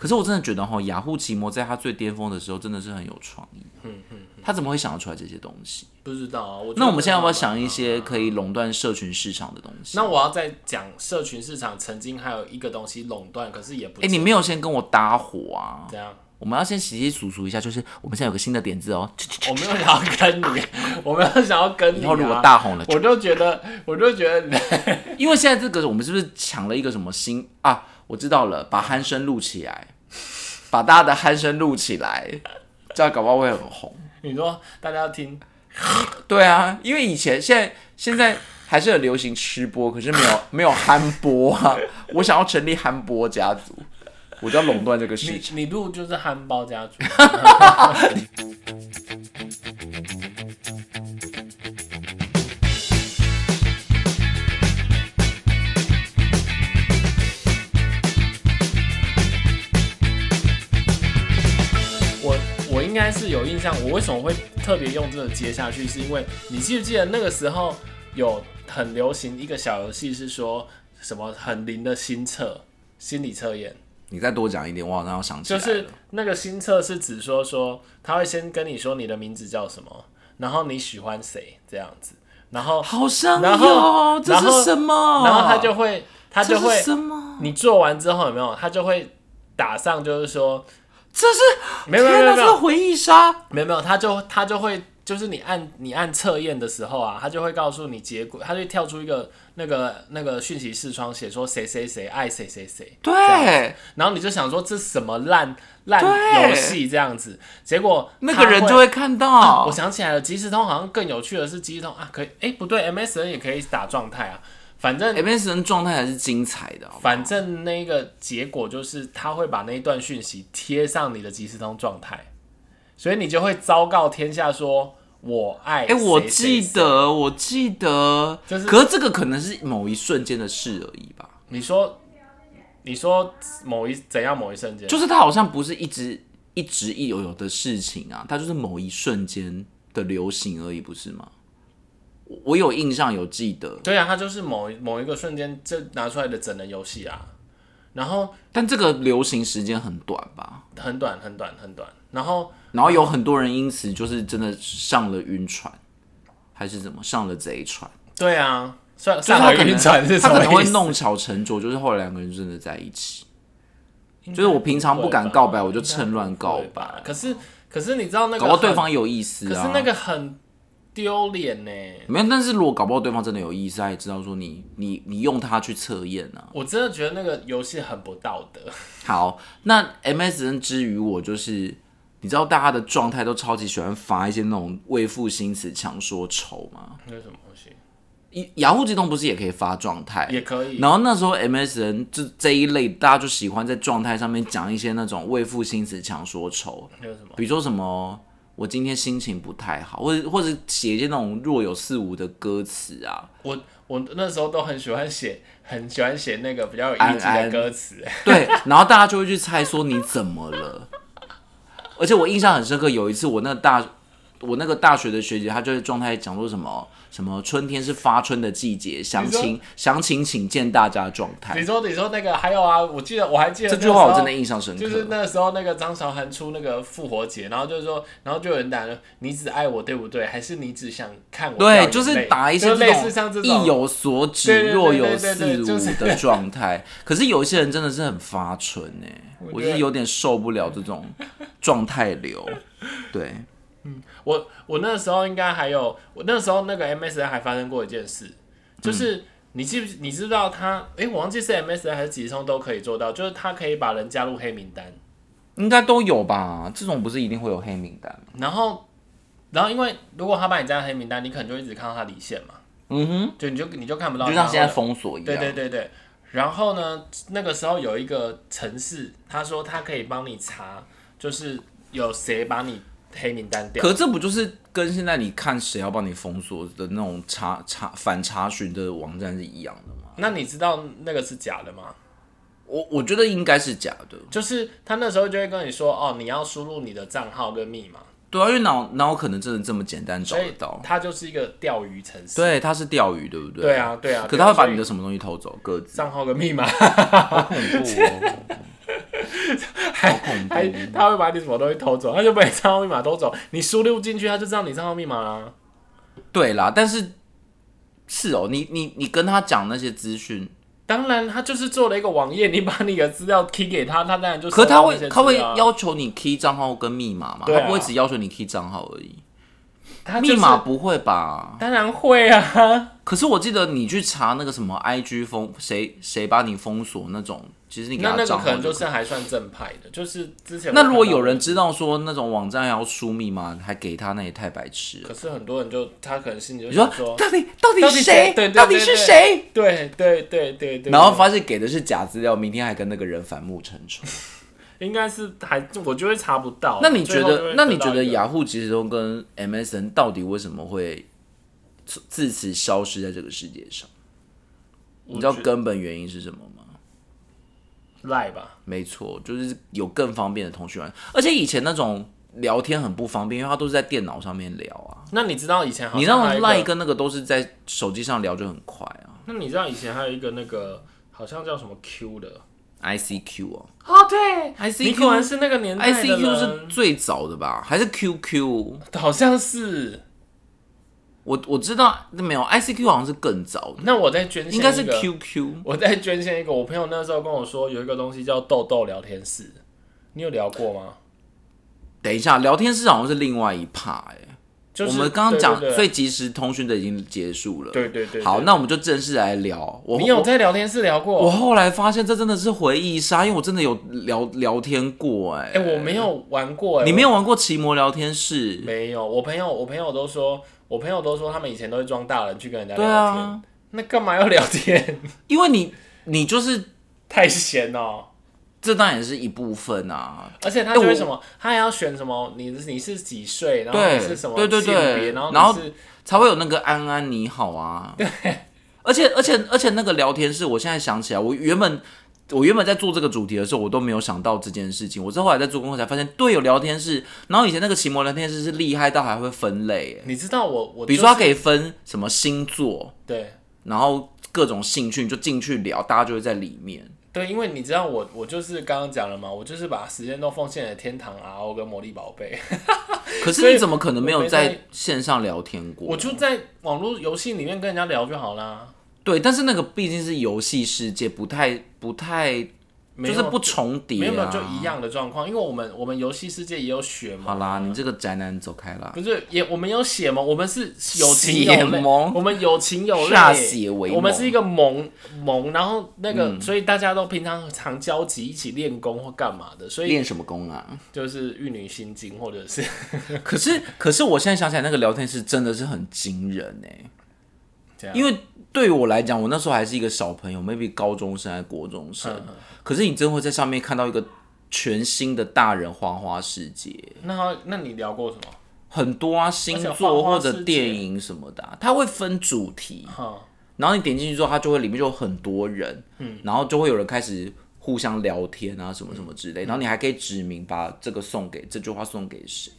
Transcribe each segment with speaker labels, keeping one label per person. Speaker 1: 可是我真的觉得哈，雅虎奇摩在它最巅峰的时候真的是很有创意。
Speaker 2: 嗯嗯，
Speaker 1: 他怎么会想得出来这些东西？
Speaker 2: 不知道啊。我
Speaker 1: 那我们现在要不要想一
Speaker 2: 些？
Speaker 1: 些可以垄断社群市场的东西？
Speaker 2: 那我要再讲社群市场曾经还有一个东西垄断，可是也不
Speaker 1: 哎、你没有先跟我搭伙啊！
Speaker 2: 怎样，
Speaker 1: 我们要先洗洗数数一下，就是我们现在有个新的点子哦。
Speaker 2: 我没有想要跟你，我没有想要跟你、啊。
Speaker 1: 以后如果大红了，
Speaker 2: 我就觉得，我就觉得，
Speaker 1: 因为现在这个我们是不是抢了一个什么新啊？我知道了，把鼾声录起来，把大家的鼾声录起来，这样搞不好会很红。
Speaker 2: 你说大家要听，
Speaker 1: 对啊，因为以前现在现在还是很流行吃播，可是没 有没有憨播啊。我想要成立憨播家族，我就要垄断这个市
Speaker 2: 你
Speaker 1: 场。
Speaker 2: 你录就是憨包家族，我我应该是有印象，我为什么会特别用这个接下去，是因为你记不记得那个时候有很流行一个小游戏，是说什么很灵的心测心理测验。
Speaker 1: 你再多讲一点，我好像要想起
Speaker 2: 就
Speaker 1: 来。
Speaker 2: 是那个新测是指说说他会先跟你说你的名字叫什么，然后你喜欢谁这样子，然后
Speaker 1: 好像
Speaker 2: 然后
Speaker 1: 有，这是什么？
Speaker 2: 然后他就会他
Speaker 1: 哦这
Speaker 2: 就是会
Speaker 1: 什么？
Speaker 2: 你做完之后有没有他就会打上就是说
Speaker 1: 这是
Speaker 2: 没有没有
Speaker 1: 天哪
Speaker 2: 没有没有
Speaker 1: 这是回忆杀。
Speaker 2: 没有没有他就他就会就是你按你按测验的时候啊，他就会告诉你结果，他就会跳出一个那个那个讯息视窗写说谁谁谁爱谁谁谁，
Speaker 1: 对，
Speaker 2: 然后你就想说这什么烂烂
Speaker 1: 对
Speaker 2: 游戏这样子，结果
Speaker 1: 那
Speaker 2: 他
Speaker 1: 个人就会看
Speaker 2: 啊
Speaker 1: 到
Speaker 2: 我。想起来了，即时通好像更有趣的是即时通啊，可以，哎、不对，MSN 也可以打状态啊。反正
Speaker 1: MSN 哎状态还是精彩的，哦好不好
Speaker 2: 反正那个结果就是他会把那一段讯息贴上你的即时通状态，所以你就会昭告天下说我爱。哎
Speaker 1: 哎、我记，得，我记得，
Speaker 2: 就是
Speaker 1: 可是这个可能是某一瞬间的事而已吧。
Speaker 2: 你说你说某一怎样某一瞬间，
Speaker 1: 就是它好像不是一直一直一有有的事情啊，它就是某一瞬间的流行而已，不是吗？我我有印象，有记得，
Speaker 2: 对啊，他就是某一某一个瞬间就拿出来的整人游戏啊，然后
Speaker 1: 但这个流行时间很短吧。
Speaker 2: 很短很短很短，然后
Speaker 1: 然后有很多人因此就是真的上了晕船，还是怎么上了贼船？
Speaker 2: 对啊，算
Speaker 1: 就是
Speaker 2: 上
Speaker 1: 他
Speaker 2: 海
Speaker 1: 可能
Speaker 2: 晕船是什
Speaker 1: 他
Speaker 2: 么
Speaker 1: 可
Speaker 2: 意
Speaker 1: 能会
Speaker 2: 思
Speaker 1: 弄巧成拙，就是后来两个人真的在一起。
Speaker 2: 应该
Speaker 1: 就是我平常不敢告白
Speaker 2: 会吧
Speaker 1: 我就趁乱告白
Speaker 2: 应该不会吧可是可是你知道那个
Speaker 1: 搞不好对
Speaker 2: 很、
Speaker 1: 方也有意思
Speaker 2: 可
Speaker 1: 啊。
Speaker 2: 是那个很丢脸呢。
Speaker 1: 没有，但是如果搞不好对方真的有意思，他也知道说你你你用它去测验啊。
Speaker 2: 我真的觉得那个游戏很不道德，
Speaker 1: 好，那 MSN 之于我就是，你知道大家的状态都超级喜欢发一些那种为赋新词强说愁吗？
Speaker 2: 那是什么东西
Speaker 1: 一雅虎自动不是也可以发状态？
Speaker 2: 也可以。
Speaker 1: 然哎后那时候 MSN 这这一类，大家就喜欢在状态上面讲一些那种为赋新词强说愁，
Speaker 2: 那有什么？
Speaker 1: 比如说什么我今天心情不太好，或者或者写一些那种若有似无的歌词啊，
Speaker 2: 我我那时候都很喜欢写，很喜欢写那个比较有
Speaker 1: 安
Speaker 2: 意境的
Speaker 1: 安
Speaker 2: 歌词。
Speaker 1: 对，然后大家就会去猜说你怎么了。而且我印象很深刻，有一次我那个大我那个大学的学姐，她就是状态讲说什么什么春天是发春的季节，详
Speaker 2: 你说
Speaker 1: 情详情请见大家的状态
Speaker 2: 你。说你说那个还有啊，我记得我还记得
Speaker 1: 这
Speaker 2: 那
Speaker 1: 句话
Speaker 2: 时
Speaker 1: 我
Speaker 2: 候
Speaker 1: 真的印象深刻。
Speaker 2: 就是那时候那个张韶涵出那个复活节，然后就是说，然后就有人打了，你只爱我对不对？还是你只想看我掉
Speaker 1: 对，
Speaker 2: 眼
Speaker 1: 就是
Speaker 2: 泪
Speaker 1: 打一些
Speaker 2: 就类似
Speaker 1: 这
Speaker 2: 像
Speaker 1: 种
Speaker 2: 这种
Speaker 1: 意有所
Speaker 2: 对
Speaker 1: 指、
Speaker 2: 对对
Speaker 1: 若有
Speaker 2: 对对
Speaker 1: 似
Speaker 2: 对就
Speaker 1: 无
Speaker 2: 是
Speaker 1: 的状态。可是有一些人真的是很发春哎、我就是有点受不了这种状态流。对，
Speaker 2: 我我那时候应该还有，我那时候那个 MSN 还发生过一件事，
Speaker 1: 嗯
Speaker 2: 就是你记不你知不知道他？诶、我忘记是 MSN 还是即时通都可以做到，就是他可以把人加入黑名单，
Speaker 1: 应该都有吧？这种不是一定会有黑名单吗？
Speaker 2: 然后然后因为如果他把你加入黑名单，你可能就一直看到他离线嘛，
Speaker 1: 嗯哼，
Speaker 2: 就你就你就看不到他，
Speaker 1: 就像现在
Speaker 2: 然后
Speaker 1: 封锁一样。
Speaker 2: 哦对对对对。然后呢，那个时候有一个城市，他说他可以帮你查，就是有谁把你黑名单掉。
Speaker 1: 可这不就是跟现在你看谁要帮你封锁的那种查查反查询的网站是一样的吗？
Speaker 2: 那你知道那个是假的吗？
Speaker 1: 我我觉得应该是假的。
Speaker 2: 就是他那时候就会跟你说，哦，你要输入你的账号跟密码，
Speaker 1: 对啊，因为哪哪有可能真的这么简单找
Speaker 2: 所
Speaker 1: 得
Speaker 2: 以
Speaker 1: 到？
Speaker 2: 它就是一个钓鱼城市。
Speaker 1: 对，他是钓鱼，对不对？
Speaker 2: 对啊，对啊。
Speaker 1: 可他会把你
Speaker 2: 的
Speaker 1: 的什么东西偷走？鸽子。
Speaker 2: 账号跟密码，
Speaker 1: 好恐怖哦！
Speaker 2: 还
Speaker 1: 好恐怖
Speaker 2: 还他会把你什么东西偷走，他就把你账号密码偷走，你输入进去他就知道你账号密码啦。
Speaker 1: 对啦，但是是哦，你你你跟他讲那些资讯，
Speaker 2: 当然，他就是做了一个网页，你把你的资料 key 给他，他当然就
Speaker 1: 可
Speaker 2: 收
Speaker 1: 他
Speaker 2: 到
Speaker 1: 会
Speaker 2: 那些资料啊、
Speaker 1: 他会要求你 key 账号跟密码嘛？
Speaker 2: 对啊
Speaker 1: 他不会只要求你 key 账号而已，
Speaker 2: 他就是
Speaker 1: 密码不会吧？
Speaker 2: 当然会啊，
Speaker 1: 可是我记得你去查那个什么 IG 封谁谁把你封锁那种，其实你给
Speaker 2: 那
Speaker 1: 他
Speaker 2: 那个
Speaker 1: 账
Speaker 2: 可
Speaker 1: 号
Speaker 2: 能
Speaker 1: 就
Speaker 2: 就
Speaker 1: 可以。
Speaker 2: 是还算正派的，就是之前
Speaker 1: 那如果有
Speaker 2: 人。
Speaker 1: 人知道说那种网站还要输密码，还给他，那也太白痴了。
Speaker 2: 可是很多人就他可能心里就
Speaker 1: 你说
Speaker 2: 想说，
Speaker 1: 到底到底
Speaker 2: 到底
Speaker 1: 谁
Speaker 2: 谁对对？
Speaker 1: 到底
Speaker 2: 对
Speaker 1: 是
Speaker 2: 对
Speaker 1: 谁？
Speaker 2: 对对对对对，
Speaker 1: 然后发现给的是假资料，明天还跟那个人反目成 仇。
Speaker 2: 应该是还我就会查不到。啊
Speaker 1: 那你觉
Speaker 2: 最后就会
Speaker 1: 得，那你
Speaker 2: 得到
Speaker 1: 觉得
Speaker 2: 一个
Speaker 1: 雅虎即时通跟 MSN 到底为什么会自自此消失在这个世界上？你知道
Speaker 2: 觉
Speaker 1: 根本原因是什么吗？
Speaker 2: 赖吧？
Speaker 1: 没错，就是有更方便的通讯软件，而且以前那种聊天很不方便，因为它都是在电脑上面聊啊。
Speaker 2: 那你知道以前好像
Speaker 1: 你让
Speaker 2: 还有一个
Speaker 1: 赖跟那个都是在手机上聊就很快啊
Speaker 2: 那你知道以前还有一个那个好像叫什么 Q 的
Speaker 1: ，ICQ 哦
Speaker 2: 哦，对你果然
Speaker 1: ，ICQ
Speaker 2: 是那个年代的
Speaker 1: ICQ 哎是
Speaker 2: 人
Speaker 1: 最早的吧？还是 QQ？
Speaker 2: 好像是。
Speaker 1: 我我知道没有，ICQ 好像是更早的，
Speaker 2: 那我在捐献
Speaker 1: 应该是
Speaker 2: 一个
Speaker 1: QQ。
Speaker 2: 我在捐献一个，我朋友那时候跟我说有一个东西叫豆豆聊天室，你有聊过吗？
Speaker 1: 等一下，聊天室好像是另外一趴哎、
Speaker 2: 就是
Speaker 1: 我们刚刚讲
Speaker 2: 对对对
Speaker 1: 最及时通讯的已经结束了。
Speaker 2: 对对对对
Speaker 1: 好，那我们就正式来聊。我
Speaker 2: 你有
Speaker 1: 我
Speaker 2: 在聊天室聊过？
Speaker 1: 我后来发现这真的是回忆杀，因为我真的有聊聊天过哎、
Speaker 2: 哎、我没有玩过、哎，
Speaker 1: 你
Speaker 2: 我
Speaker 1: 没有玩过奇摩聊天室？
Speaker 2: 没有，我朋友我朋友都说，我朋友都说他们以前都会装大人去跟人家聊
Speaker 1: 对
Speaker 2: 天，
Speaker 1: 啊，
Speaker 2: 那干嘛要聊天？
Speaker 1: 因为你你就是
Speaker 2: 太闲哦、
Speaker 1: 这当然也是一部分啊。
Speaker 2: 而且他
Speaker 1: 哎
Speaker 2: 就会
Speaker 1: 我
Speaker 2: 什么，他还要选什么，你你是几岁，然后
Speaker 1: 对
Speaker 2: 你是什么
Speaker 1: 对对
Speaker 2: 性
Speaker 1: 对
Speaker 2: 别，然后
Speaker 1: 然后
Speaker 2: 你是
Speaker 1: 才会有那个安安你好啊。对，而且而且而且那个聊天室，我现在想起来，我原本我原本在做这个主题的时候，我都没有想到这件事情。我是后来在做功课才发现，对，有聊天室。然后以前那个奇摩聊天室是厉害到还会分类耶，
Speaker 2: 你知道我我、
Speaker 1: 比如说它可以分什么星座，
Speaker 2: 对
Speaker 1: 然后各种兴趣，你就进去聊，大家就会在里 面。
Speaker 2: 对，因为你知道我我就是刚刚讲了嘛，我就是把时间都奉献给天堂 RO 跟魔力宝贝，
Speaker 1: 可
Speaker 2: 所
Speaker 1: 是
Speaker 2: 以
Speaker 1: 你怎么可能没
Speaker 2: 我
Speaker 1: 有
Speaker 2: 没
Speaker 1: 在
Speaker 2: 在
Speaker 1: 线上聊天过？
Speaker 2: 我就在网络游戏里面跟人家聊就好啦，
Speaker 1: 对，但是那个毕竟是游戏世界，不太不太
Speaker 2: 没
Speaker 1: 就
Speaker 2: 有
Speaker 1: 是不重叠、啊，
Speaker 2: 没有没有就一。样的状况，因为我们我们游戏世界也有血盟
Speaker 1: 好啦，你这个宅男走开啦。
Speaker 2: 不是也我们有血盟，我们是有情有
Speaker 1: 血
Speaker 2: 泪，
Speaker 1: 盟
Speaker 2: 我们有情有
Speaker 1: 歃
Speaker 2: 泪，
Speaker 1: 血为盟嗯
Speaker 2: 我们是一个盟盟，然后那个、所以大家都平常常交集，一起练功或干嘛的，所以
Speaker 1: 练什么功 啊？
Speaker 2: 就是玉女心经或者是
Speaker 1: 可是，可是我现在想起来，那个聊天室真的是很惊人哎、
Speaker 2: 这样，
Speaker 1: 因
Speaker 2: 为
Speaker 1: 为对于我来讲，我那时候还是一个小朋友，maybe 高中生还是国中生。
Speaker 2: 嗯
Speaker 1: 可是你真会在上面看到一个全新的大人花花世界，
Speaker 2: 那那你聊过什么？
Speaker 1: 很多啊，星
Speaker 2: 而且花
Speaker 1: 座
Speaker 2: 花
Speaker 1: 或
Speaker 2: 世界
Speaker 1: 者电影什么的啊、它会分主题，
Speaker 2: 哈、
Speaker 1: 然后你点进去之后，它就会里面就有很多人，
Speaker 2: 嗯
Speaker 1: 然后就会有人开始互相聊天啊，什么什么之类，
Speaker 2: 嗯
Speaker 1: 然后你还可以指名把这个送给这句话送给谁，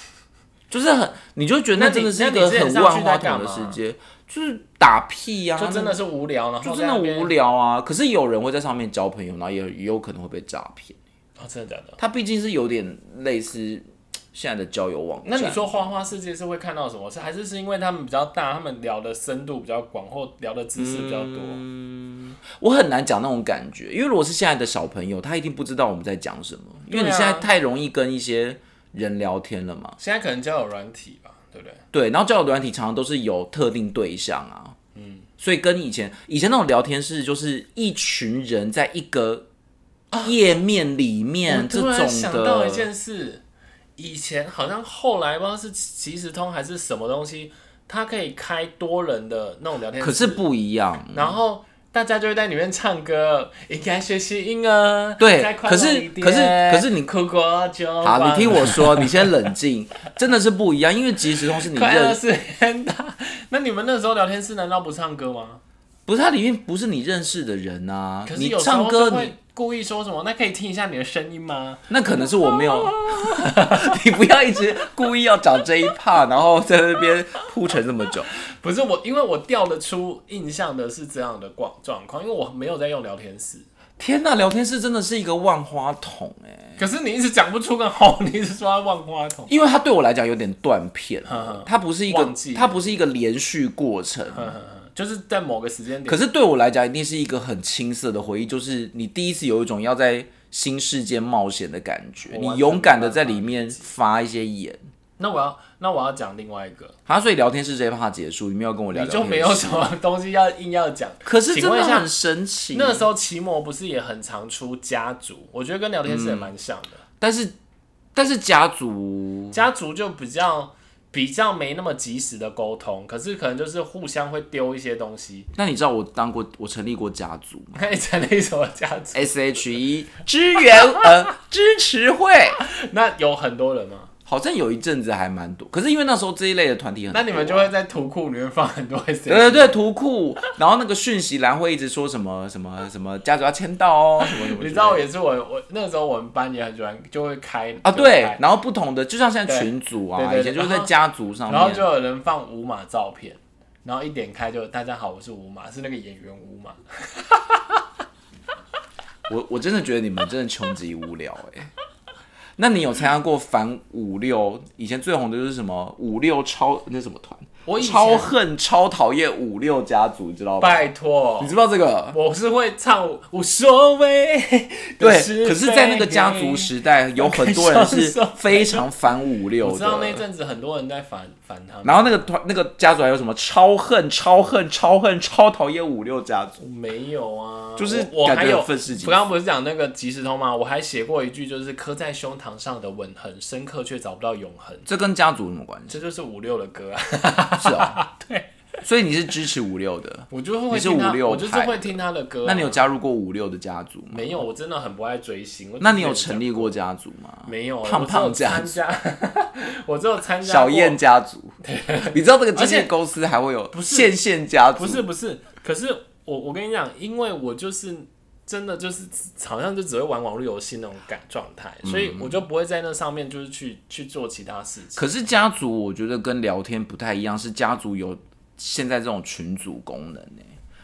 Speaker 1: 就是很，你就觉得那
Speaker 2: 那你
Speaker 1: 真的是一
Speaker 2: 那
Speaker 1: 个
Speaker 2: 你之前
Speaker 1: 很
Speaker 2: 上
Speaker 1: 万
Speaker 2: 去
Speaker 1: 花
Speaker 2: 在干
Speaker 1: 筒的
Speaker 2: 嘛啊
Speaker 1: 世界，就是打屁啊呀、
Speaker 2: 就真的是无聊，然后
Speaker 1: 就真的
Speaker 2: 在那边
Speaker 1: 无聊啊。可是有人会在上面交朋友，然后也也有可能会被诈骗，
Speaker 2: 哦，真的假的？
Speaker 1: 它毕竟是有点类似现在的交友网站。
Speaker 2: 那你说花花世界是会看到什么？是还是是因为他们比较大，他们聊的深度比较广，或聊的知识比较多？
Speaker 1: 嗯我很难讲那种感觉，因为如果是现在的小朋友，他一定不知道我们在讲什么，因为
Speaker 2: 对
Speaker 1: 你
Speaker 2: 啊
Speaker 1: 现在太容易跟一些人聊天了嘛。
Speaker 2: 现在可能交友软体吧，对不对？
Speaker 1: 对，然后交友软体常常都是有特定对象啊，嗯，所以跟以前以前那种聊天室就是一群人在一个页面里面、
Speaker 2: 啊我
Speaker 1: 这
Speaker 2: 突然
Speaker 1: 种
Speaker 2: 想到一
Speaker 1: 的，
Speaker 2: 件事，以前好像后来不知道是即时通还是什么东西，它可以开多人的那种聊天室，
Speaker 1: 可是不一样。
Speaker 2: 然后大家就会在里面唱歌，应该学习英文，
Speaker 1: 对
Speaker 2: 再快乐
Speaker 1: 可是
Speaker 2: 一点
Speaker 1: 可是可是你
Speaker 2: 哭过就
Speaker 1: 好，啊你听
Speaker 2: 忘了。
Speaker 1: 我说，你先冷静，真的是不一样，因为即时通是你
Speaker 2: 快乐
Speaker 1: 认，
Speaker 2: 是天大，那你们那时候聊天室难道不唱歌吗？
Speaker 1: 不是它里面不是你认识的人啊
Speaker 2: 可，是
Speaker 1: 你
Speaker 2: 有时
Speaker 1: 唱
Speaker 2: 候
Speaker 1: 歌
Speaker 2: 就
Speaker 1: 你
Speaker 2: 会故意说什么，那可以听一下你的声音吗？
Speaker 1: 那可能是我没有， 你不要一直故意要找这一趴，然后在那边铺陈这么久。
Speaker 2: 不是我，因为我调得出印象的是这样的状状况，因为我没有在用聊天室。
Speaker 1: 天呐，聊天室真的是一个万花筒哎、
Speaker 2: 可是你一直讲不出个好，你一直说它万花筒。
Speaker 1: 因为它对我来讲有点断片
Speaker 2: 呵呵，
Speaker 1: 它不是一个
Speaker 2: 忘记
Speaker 1: 它不是一个连续过程。
Speaker 2: 嗯，就是在某个时间点。
Speaker 1: 可是对我来讲，一定是一个很青涩的回忆，就是你第一次有一种要在新世界冒险的感觉，
Speaker 2: 我完全
Speaker 1: 你勇敢的在里面发一些言。
Speaker 2: 那我要那我要讲另外一个，
Speaker 1: 啊，所以聊天室这一趴结束，你没有跟我聊
Speaker 2: 你
Speaker 1: 聊
Speaker 2: 就没有什么东西要硬要讲。
Speaker 1: 可是真
Speaker 2: 请问
Speaker 1: 的
Speaker 2: 一下
Speaker 1: 很神奇。啊
Speaker 2: 那个时候奇摩不是也很常出家族，我觉得跟聊天室也蛮像的。
Speaker 1: 但是但是家族
Speaker 2: 家族就比较比较没那么及时的沟通，可是可能就是互相会丢一些东西。
Speaker 1: 那你知道我当过，我成立过家族吗
Speaker 2: 那你成立什么家族？
Speaker 1: ？S H E 支援呃支持会，
Speaker 2: 那有很多人吗？
Speaker 1: 好像有一阵子还蛮多。可是因为那时候这一类的团体很多
Speaker 2: 那你们就会在图库里面放很多 S
Speaker 1: 对对对图库，然后那个讯息栏会一直说什么什么什么家族要签到哦，什么什么之类的。
Speaker 2: 你知道，也是我我那时候我们班也很喜欢，就会开
Speaker 1: 啊？
Speaker 2: 就会
Speaker 1: 对
Speaker 2: 开，
Speaker 1: 然后不同的，就像现在
Speaker 2: 对
Speaker 1: 群组
Speaker 2: 对
Speaker 1: 啊，
Speaker 2: 对对
Speaker 1: 以前就是在
Speaker 2: 然后
Speaker 1: 家族上
Speaker 2: 然后就
Speaker 1: 面。
Speaker 2: 有人放五马照片，然后一点开就大家好，我是五马，是那个演员五马。
Speaker 1: 我我真的觉得你们真的穷极无聊哎、那你有参加过反五六？以前最红的就是什么五六超那什么团？
Speaker 2: 我以前
Speaker 1: 超恨、超讨厌五六家族，你知道吧？
Speaker 2: 拜托
Speaker 1: 你，知不知道这个？
Speaker 2: 我是会唱无所谓。
Speaker 1: 对，
Speaker 2: 是
Speaker 1: 可是，在那个家族时代，有很多人是非常反五
Speaker 2: 我
Speaker 1: 六
Speaker 2: 知道那
Speaker 1: 的。
Speaker 2: 阵子很多人在反反他们，
Speaker 1: 然后那个团、那个家族还有什么超恨、超恨、超恨、超讨厌五六家族，
Speaker 2: 没有啊，
Speaker 1: 就是
Speaker 2: 我我
Speaker 1: 感
Speaker 2: 还
Speaker 1: 觉
Speaker 2: 有
Speaker 1: 很愤世嫉俗
Speaker 2: 我刚刚不是讲那个即时通吗？我还写过一句，就是刻在胸膛上的吻痕，深刻却找不到永恒。
Speaker 1: 这跟家族有什么关系？
Speaker 2: 这就是五六的歌啊，
Speaker 1: 是 啊、对。所以你是支持五六的？
Speaker 2: 我就
Speaker 1: 你
Speaker 2: 会
Speaker 1: 是
Speaker 2: 听他，
Speaker 1: 五六
Speaker 2: 我就是
Speaker 1: 派
Speaker 2: 会听他的歌啊、
Speaker 1: 那你有加入过五六的家族吗？
Speaker 2: 没有？我真的很不爱追星。我
Speaker 1: 那你有
Speaker 2: 之前
Speaker 1: 成立过家族吗？
Speaker 2: 没有？
Speaker 1: 胖胖
Speaker 2: 我只有参加， 我只有参加
Speaker 1: 小
Speaker 2: 过
Speaker 1: 燕家族， 你知道这个经
Speaker 2: 而且
Speaker 1: 纪公司还会有
Speaker 2: 不是
Speaker 1: 线线家族？
Speaker 2: 不是不是，可是我我跟你讲，因为我就是真的就是好像就只会玩网络游戏那种感状态，所以我就不会在那上面就是去去做其他事情。
Speaker 1: 嗯可是家族，我觉得跟聊天不太一样，是家族有现在这种群组功能呢、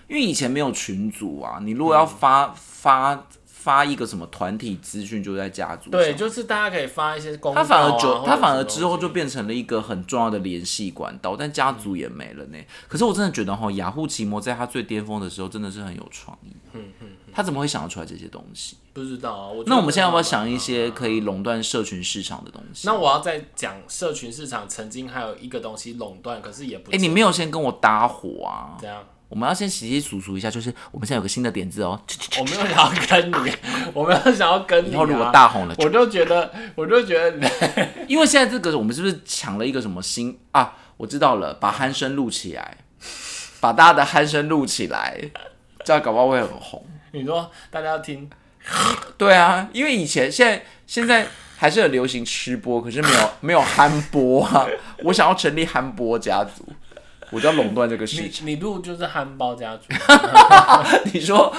Speaker 1: 因为以前没有群组啊，你如果要发、发发一个什么团体资讯，就在家族上。
Speaker 2: 对，就是大家可以发一些公
Speaker 1: 他
Speaker 2: 告、啊，
Speaker 1: 反而就
Speaker 2: 或者
Speaker 1: 他反
Speaker 2: 什
Speaker 1: 而
Speaker 2: 么
Speaker 1: 之后
Speaker 2: 东西
Speaker 1: 就变成了一个很重要的联系管道，但家族也没了呢。可是我真的觉得哈，雅虎奇摩在它最巅峰的时候真的是很有创意。嗯嗯，他怎么会想得出来这些东西？
Speaker 2: 不知道啊。我觉
Speaker 1: 那
Speaker 2: 得
Speaker 1: 我们现在要不要
Speaker 2: 很好玩
Speaker 1: 想一些可以垄断社群市场的东西？
Speaker 2: 那我要再讲社群市场曾经还有一个东西垄断，可是也不
Speaker 1: 哎、你没有先跟我搭伙啊？
Speaker 2: 怎样，
Speaker 1: 我们要先洗洗数数一下，就是我们现在有个新的点子哦。
Speaker 2: 我没有想要跟你， 我没有想要跟你、啊。
Speaker 1: 以后如果大红了，
Speaker 2: 我就觉得，我就觉得，
Speaker 1: 因为现在这个我们是不是抢了一个什么新啊？我知道了，把鼾声录起来，把大家的鼾声录起来，这样搞不好会很红。
Speaker 2: 你说大家要听
Speaker 1: 对啊，因为以前现在现在还是很流行吃播，可是没有 没有憨播啊。我想要成立憨播家族，我就要垄断这个市
Speaker 2: 你
Speaker 1: 场。
Speaker 2: 你录就是憨包家 族，
Speaker 1: 你说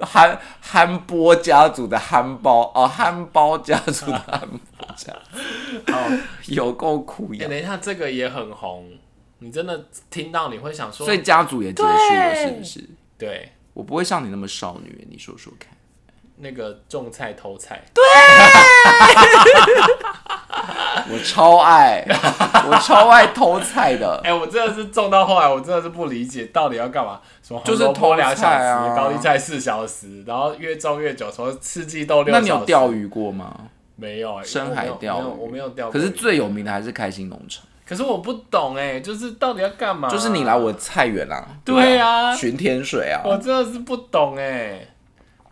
Speaker 1: 憨憨播家族的憨包哦，憨包家族的憨包家族， 哦，有够苦
Speaker 2: 哎、
Speaker 1: 呀！
Speaker 2: 等一下，这个也很红，你真的听到你会想说，
Speaker 1: 所以家族也结束了，
Speaker 2: 对
Speaker 1: 是不是？
Speaker 2: 对
Speaker 1: 我不会像你那么少女，你说说看。
Speaker 2: 那个种菜偷菜，
Speaker 1: 我超爱，我超爱偷菜 的。
Speaker 2: 哎、我真的是种到后来，我真的是不理解到底要干嘛，什么
Speaker 1: 就是
Speaker 2: 红萝卜
Speaker 1: 偷
Speaker 2: 两小
Speaker 1: 菜啊
Speaker 2: 时，高丽菜四小时，然后越种越久，什么四季豆六
Speaker 1: 那
Speaker 2: 小时，
Speaker 1: 你有钓？鱼过吗？
Speaker 2: 没有、哎，
Speaker 1: 深
Speaker 2: 我没
Speaker 1: 海
Speaker 2: 有
Speaker 1: 钓
Speaker 2: 没有
Speaker 1: 鱼
Speaker 2: 我没有钓过
Speaker 1: 可
Speaker 2: 鱼，
Speaker 1: 是最有名的还是开心农场，
Speaker 2: 可是我不懂哎、就是到底要干嘛？
Speaker 1: 就是你来，我菜园啊，
Speaker 2: 对
Speaker 1: 吧
Speaker 2: 啊
Speaker 1: 巡天水啊。
Speaker 2: 我真的是不懂哎、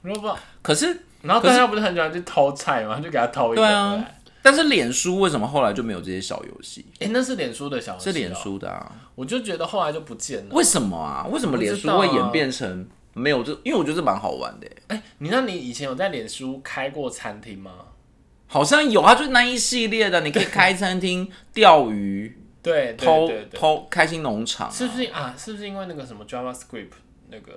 Speaker 2: 我都不知道。
Speaker 1: 可是，
Speaker 2: 然后
Speaker 1: 可是
Speaker 2: 大家不是很喜欢去偷菜吗？就给他偷一个
Speaker 1: 对啊
Speaker 2: 回来。
Speaker 1: 但是脸书为什么后来就没有这些小游戏？
Speaker 2: 哎、那是脸书的小游戏
Speaker 1: 是
Speaker 2: 哦
Speaker 1: 脸，书的啊。
Speaker 2: 我就觉得后来就不见了。
Speaker 1: 为什么啊？为什么脸书会演变成没有这？因为我觉得这蛮好玩的耶，欸
Speaker 2: 哎、你那你以前有在脸书开过餐厅吗？
Speaker 1: 好像有啊，就是那一系列的，你可以开餐厅、钓鱼、
Speaker 2: 对，对
Speaker 1: 偷
Speaker 2: 对对
Speaker 1: 偷开心农场啊、
Speaker 2: 是不是啊？是不是因为那个什么 JavaScript 那个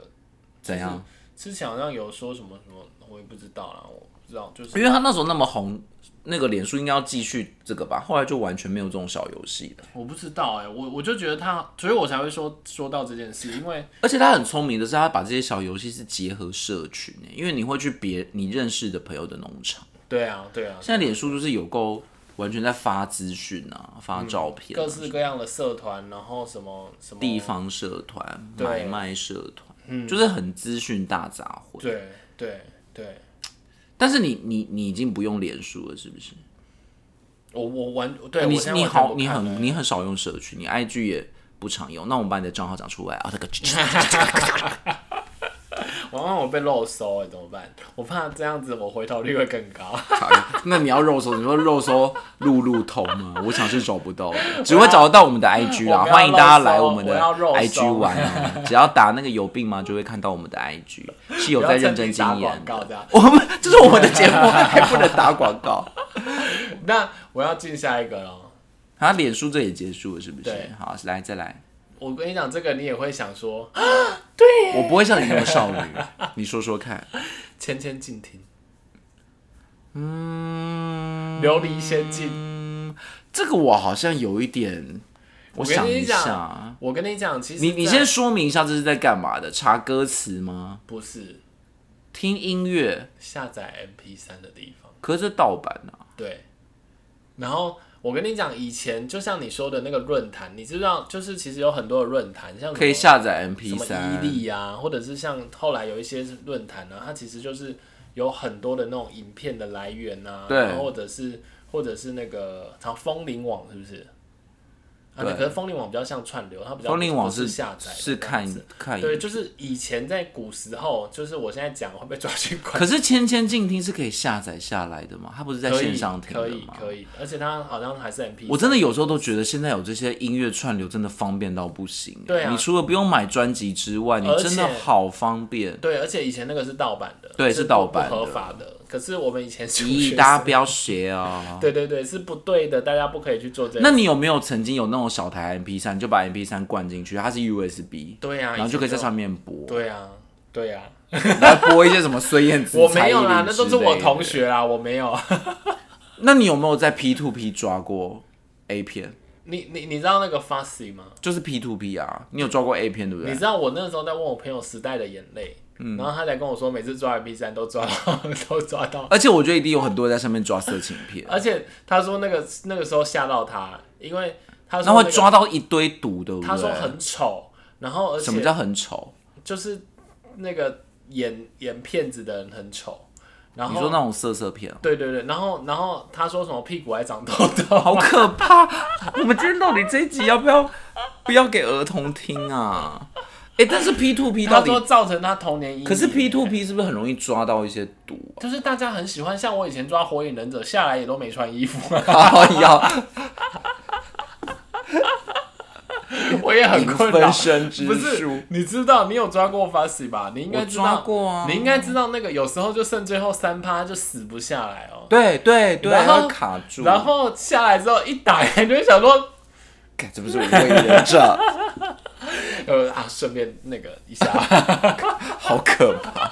Speaker 1: 怎样？
Speaker 2: 之前好像有说什么什么，我也不知道啦，我不知道，就是
Speaker 1: 因为他那时候那么红，那个脸书应该要继续这个吧，后来就完全没有这种小游戏了。
Speaker 2: 我不知道哎、我我就觉得他，所以我才会说说到这件事，因为
Speaker 1: 而且他很聪明的是，他把这些小游戏是结合社群欸，因为你会去别你认识的朋友的农场。
Speaker 2: 对啊对啊，
Speaker 1: 现在脸书就是有够完全在发资讯啊，发照片啊、
Speaker 2: 嗯各式各样的社团，然后什么什么
Speaker 1: 地，方社团、买卖社团，就是很资讯大杂烩。
Speaker 2: 嗯对对对，
Speaker 1: 但是你你你已经不用脸书了，是不是？
Speaker 2: 我我完对，
Speaker 1: 你
Speaker 2: 我现在
Speaker 1: 你
Speaker 2: 完全
Speaker 1: 好，
Speaker 2: 不
Speaker 1: 你
Speaker 2: 看了
Speaker 1: 很你很少用社群，你 IG 也不常用。那我们把你的账号讲出来啊， 这个
Speaker 2: 我让我被漏收哎、怎么办？我怕这样子我回头率会更 高。
Speaker 1: 那你要肉搜，你说肉搜路路通吗？我想是找不到的，只会找得到我们的 IG 啦。
Speaker 2: 我不要
Speaker 1: 欢迎大家来我们
Speaker 2: 肉
Speaker 1: 的
Speaker 2: 搜我要肉搜
Speaker 1: IG 玩 啊，只要打那个有病吗，就会看到我们的 IG 是有
Speaker 2: 不要
Speaker 1: 在认
Speaker 2: 趁
Speaker 1: 真
Speaker 2: 机
Speaker 1: 经哦
Speaker 2: 打
Speaker 1: 营
Speaker 2: 广告这
Speaker 1: 的。
Speaker 2: 样。
Speaker 1: 我们这是我们的节目，还不能打广 告。
Speaker 2: 那我要进下一个了。
Speaker 1: 啊，脸书这也结束了，是不是
Speaker 2: 对？
Speaker 1: 好，来再来，
Speaker 2: 我跟你讲，这个你也会想说，啊
Speaker 1: 我不会像你那么少女，你说说看。
Speaker 2: 千千静听，
Speaker 1: 嗯，
Speaker 2: 琉璃仙境。
Speaker 1: 这个我好像有一点，我
Speaker 2: 跟
Speaker 1: 想
Speaker 2: 你
Speaker 1: 一
Speaker 2: 讲
Speaker 1: 下。
Speaker 2: 我跟你讲，其实
Speaker 1: 你你
Speaker 2: 在
Speaker 1: 先说明一下这是在干嘛的？查歌词吗？
Speaker 2: 不是
Speaker 1: 听音乐？
Speaker 2: 下载 MP 3的地方，
Speaker 1: 可是这盗版啊，
Speaker 2: 对。然后我跟你讲，以前就像你说的那个论坛，你知道，就是其实有很多的论坛，像什么
Speaker 1: 可以下载
Speaker 2: 什
Speaker 1: MP
Speaker 2: 么
Speaker 1: 三
Speaker 2: 伊。利啊，或者是像后来有一些论坛啊，它其实就是有很多的那种影片的来源啊，
Speaker 1: 对
Speaker 2: 然后或者是或者是那个像风铃网是不是？啊，
Speaker 1: 对
Speaker 2: 可是风铃网比较像串流，它比较
Speaker 1: 风铃
Speaker 2: 不
Speaker 1: 网
Speaker 2: 啊是
Speaker 1: 是
Speaker 2: 下载的
Speaker 1: 是
Speaker 2: 这样
Speaker 1: 看
Speaker 2: 子
Speaker 1: 看。
Speaker 2: 对，就是以前在古时候，就是我现在讲会被抓去关
Speaker 1: 可。是千千静听是可以下载下来的吗？它不是在
Speaker 2: 可
Speaker 1: 线
Speaker 2: 以
Speaker 1: 上听
Speaker 2: 可
Speaker 1: 的
Speaker 2: 以
Speaker 1: 吗？
Speaker 2: 可以，而且它好像还是 MP。
Speaker 1: 我真的有时候都觉得现在有这些音乐串流真的方便到不行。欸
Speaker 2: 对啊
Speaker 1: 你除了不用买专辑之外，你
Speaker 2: 而且
Speaker 1: 真的好方便。
Speaker 2: 对，而且以前那个是盗版的，
Speaker 1: 对
Speaker 2: 是
Speaker 1: 是
Speaker 2: 不
Speaker 1: 盗版
Speaker 2: 不合
Speaker 1: 的
Speaker 2: 法的。可是我们以前是
Speaker 1: 咦，大家不要学啊！
Speaker 2: 对对对，是不对的，大家不可以去做这。
Speaker 1: 那你有没有曾经有那种小台 MP 三，你就把 MP 三灌进去，它是 USB，
Speaker 2: 对呀、啊，
Speaker 1: 然后就可以在上
Speaker 2: 面。
Speaker 1: 面播，
Speaker 2: 对呀、啊，对呀、啊，
Speaker 1: 然后播一些什么孙燕姿、
Speaker 2: 我
Speaker 1: 蔡
Speaker 2: 没有
Speaker 1: 依
Speaker 2: 啦
Speaker 1: 林，
Speaker 2: 那都
Speaker 1: 之
Speaker 2: 是我
Speaker 1: 类的
Speaker 2: 同。学啦，我没有。
Speaker 1: 那你有没有在 P to P 抓过 A 片？
Speaker 2: 你你你知道那个 Fussy 吗？
Speaker 1: 就是 P to P 啊，你有抓过 A 片对不嗯
Speaker 2: 你
Speaker 1: 对
Speaker 2: 知？道我那时候在问我朋友时代的眼泪，然后他才跟我说，每次抓 MP 三都抓到都抓到，
Speaker 1: 而且我觉得一定有很多人在上面抓色情片，
Speaker 2: 而且他说那个那个时候吓到他，因为他说、
Speaker 1: 那
Speaker 2: 那
Speaker 1: 会
Speaker 2: 个
Speaker 1: 抓到一堆毒，对不对？
Speaker 2: 他说很丑，然后而
Speaker 1: 什么
Speaker 2: 且
Speaker 1: 叫很丑？
Speaker 2: 就是那个演演骗子的人很丑，然
Speaker 1: 你
Speaker 2: 后
Speaker 1: 说那种色色片啊，
Speaker 2: 对对对，然后然后他说什么屁股还长痘痘，
Speaker 1: 好可怕！ 我们今天到底这一集要不要不要给儿童听啊？哎、但是 P to P 到
Speaker 2: 他
Speaker 1: 底
Speaker 2: 说造成他童年阴影。
Speaker 1: 可是 P to P 是不是很容易抓到一些毒啊？
Speaker 2: 就是大家很喜欢，像我以前抓火影忍者下来也都没穿 衣服，
Speaker 1: 哎呀，
Speaker 2: 我也很 困扰
Speaker 1: 分。身之
Speaker 2: 不
Speaker 1: 术
Speaker 2: 是，，你知道你有抓过 Fussy 吧？你应该
Speaker 1: 我
Speaker 2: 知道
Speaker 1: 抓过啊
Speaker 2: 你应该知道那个有时候就剩最后三趴就死不下来哦。
Speaker 1: 对对对，
Speaker 2: 然后
Speaker 1: 要卡住，
Speaker 2: 然后下来之后一打开就会想说，
Speaker 1: 干这不是我为人者，
Speaker 2: 呃啊，顺便那个一下，
Speaker 1: 好可怕。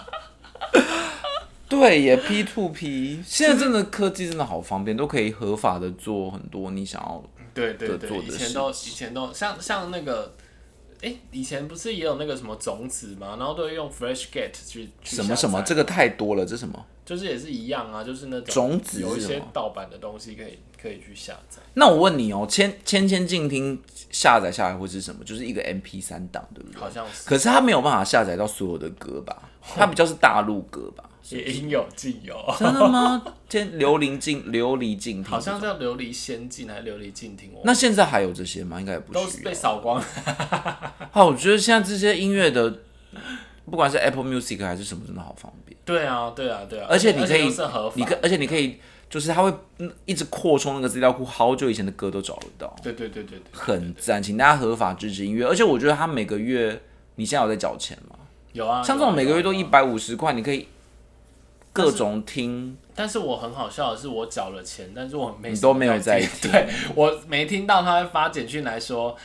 Speaker 1: 对耶，P to P，现在真的科技真的好方便，都可以合法的做很多你想要。
Speaker 2: 对对对，
Speaker 1: 做
Speaker 2: 以
Speaker 1: 的
Speaker 2: 前
Speaker 1: 事
Speaker 2: 都以前都像像那个。哎、以前不是也有那个什么种子嘛，然后都会用 Freshgate 去去
Speaker 1: 什么什么，
Speaker 2: 下载
Speaker 1: 这个太多了，这什么？
Speaker 2: 就是也是一样啊，就是那种
Speaker 1: 种子是
Speaker 2: 有一些
Speaker 1: 什么
Speaker 2: 盗版的东西可以可以去下载。
Speaker 1: 那我问你哦，千千千静听下载下来会是什么？就是一个 MP 三档，对不对？
Speaker 2: 好像是
Speaker 1: 可是它没有办法下载到所有的歌吧？它比较是大陆歌 吧？
Speaker 2: 也应有尽有，
Speaker 1: 真的吗？千 琉璃静琉璃静听，
Speaker 2: 好像叫琉璃仙境还是琉璃静听，我
Speaker 1: 那现在还有这些吗？应该也不
Speaker 2: 都是
Speaker 1: 需
Speaker 2: 被
Speaker 1: 要。
Speaker 2: 扫光。
Speaker 1: 啊，我觉得现在这些音乐的，不管是 Apple Music 还是什么，真的好方便。
Speaker 2: 对啊，对啊，对啊，
Speaker 1: 而且你可
Speaker 2: 都
Speaker 1: 以
Speaker 2: 是合，法
Speaker 1: 你可，而且你可以，就是它会嗯一直扩充那个资料库，好久以前的歌都找得到。
Speaker 2: 对对对对对，
Speaker 1: 很赞，请大家合法支持音乐。而且我觉得他每个月，你现在有在缴钱吗？
Speaker 2: 有啊，
Speaker 1: 像这
Speaker 2: 有啊
Speaker 1: 种每个月都，
Speaker 2: 有
Speaker 1: 一
Speaker 2: 啊
Speaker 1: 百五十块，你可以各种听。
Speaker 2: 但是我很好笑的是，我缴了钱，但是我没
Speaker 1: 你都没有在
Speaker 2: 听，
Speaker 1: 听
Speaker 2: 对 我没听到他会发简讯来说。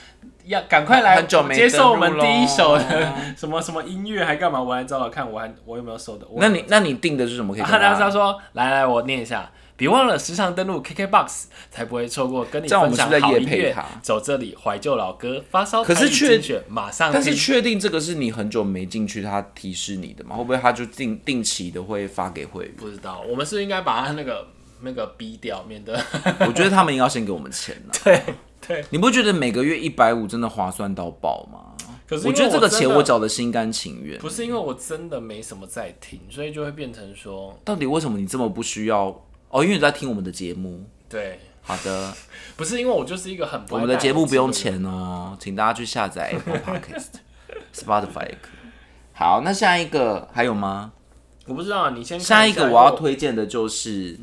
Speaker 2: 要赶快来
Speaker 1: 很久没
Speaker 2: 接受我们
Speaker 1: 登录咯
Speaker 2: 第一首的什么什么音乐，还干嘛？我来找找看，我还我有没有收的？我啊
Speaker 1: 那你那你定的是什么？可以跟
Speaker 2: 他
Speaker 1: 大
Speaker 2: 当时他
Speaker 1: 家
Speaker 2: 说：“来来，我念一下。别忘了时常登录 KKBOX，才不会错过跟你
Speaker 1: 这样我
Speaker 2: 分
Speaker 1: 们是
Speaker 2: 享
Speaker 1: 不是在
Speaker 2: 好
Speaker 1: 业
Speaker 2: 音
Speaker 1: 配
Speaker 2: 乐
Speaker 1: 他。
Speaker 2: 走这里，怀旧老歌，发烧
Speaker 1: 可是
Speaker 2: 台语
Speaker 1: 确
Speaker 2: 精选，马上
Speaker 1: 但是
Speaker 2: 听
Speaker 1: 确定这个是你很久没进去，他提示你的吗？会不会他就定定期的会发给会员？
Speaker 2: 不知道，我们是不是应该把它那个那个逼掉，免得
Speaker 1: 我觉得他们应该要先给我们钱呢、
Speaker 2: 对对。
Speaker 1: 你不觉得每个月一百五真的划算到爆吗？
Speaker 2: 可是因为
Speaker 1: 我觉得这个钱
Speaker 2: 真的
Speaker 1: 我找的心甘情愿。
Speaker 2: 不是因为我真的没什么在听，所以就会变成说，
Speaker 1: 到底为什么你这么不需要？哦，因为你在听我们的节目。
Speaker 2: 对，
Speaker 1: 好的，
Speaker 2: 不是因为我就是一个很不
Speaker 1: 我
Speaker 2: 爱
Speaker 1: 们的
Speaker 2: 戴
Speaker 1: 节目不用
Speaker 2: 耳机的人。
Speaker 1: 钱哦，请大家去下载 Apple Podcast、Spotify 也可以。好，那下一个还有吗？
Speaker 2: 我不知道啊你先看
Speaker 1: 下一个我要
Speaker 2: 因为
Speaker 1: 推荐的就是，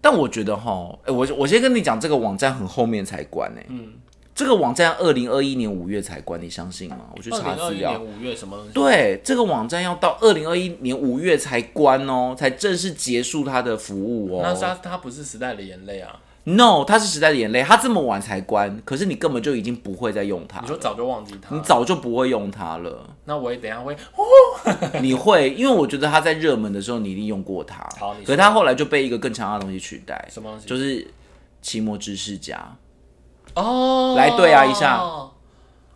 Speaker 1: 但我觉得哈，哎、我我先跟你讲，这个网站很后面才关呢、嗯，这个网站二零二一年五月才关，你相信吗？我去查资
Speaker 2: 2021
Speaker 1: 料
Speaker 2: 年，五月什么东西？
Speaker 1: 对，这个网站要到二零二一年五月才关哦，才正式结束它的服务
Speaker 2: 那它
Speaker 1: 哦。
Speaker 2: 它不是时啊代的眼泪啊！
Speaker 1: No，它是时代的眼泪，它这么晚才关，可是你根本就已经不会再用它
Speaker 2: 你，说早就忘记它，
Speaker 1: 你早就不会用它 了。
Speaker 2: 那我也等一下会
Speaker 1: 你会，因为我觉得它在热门的时候你一定用过它
Speaker 2: 好你，说
Speaker 1: 可是它后来就被一个更强大的东西取代，
Speaker 2: 什么东西
Speaker 1: 就是奇摩知识家。
Speaker 2: 哦，
Speaker 1: 来对啊一下
Speaker 2: 哦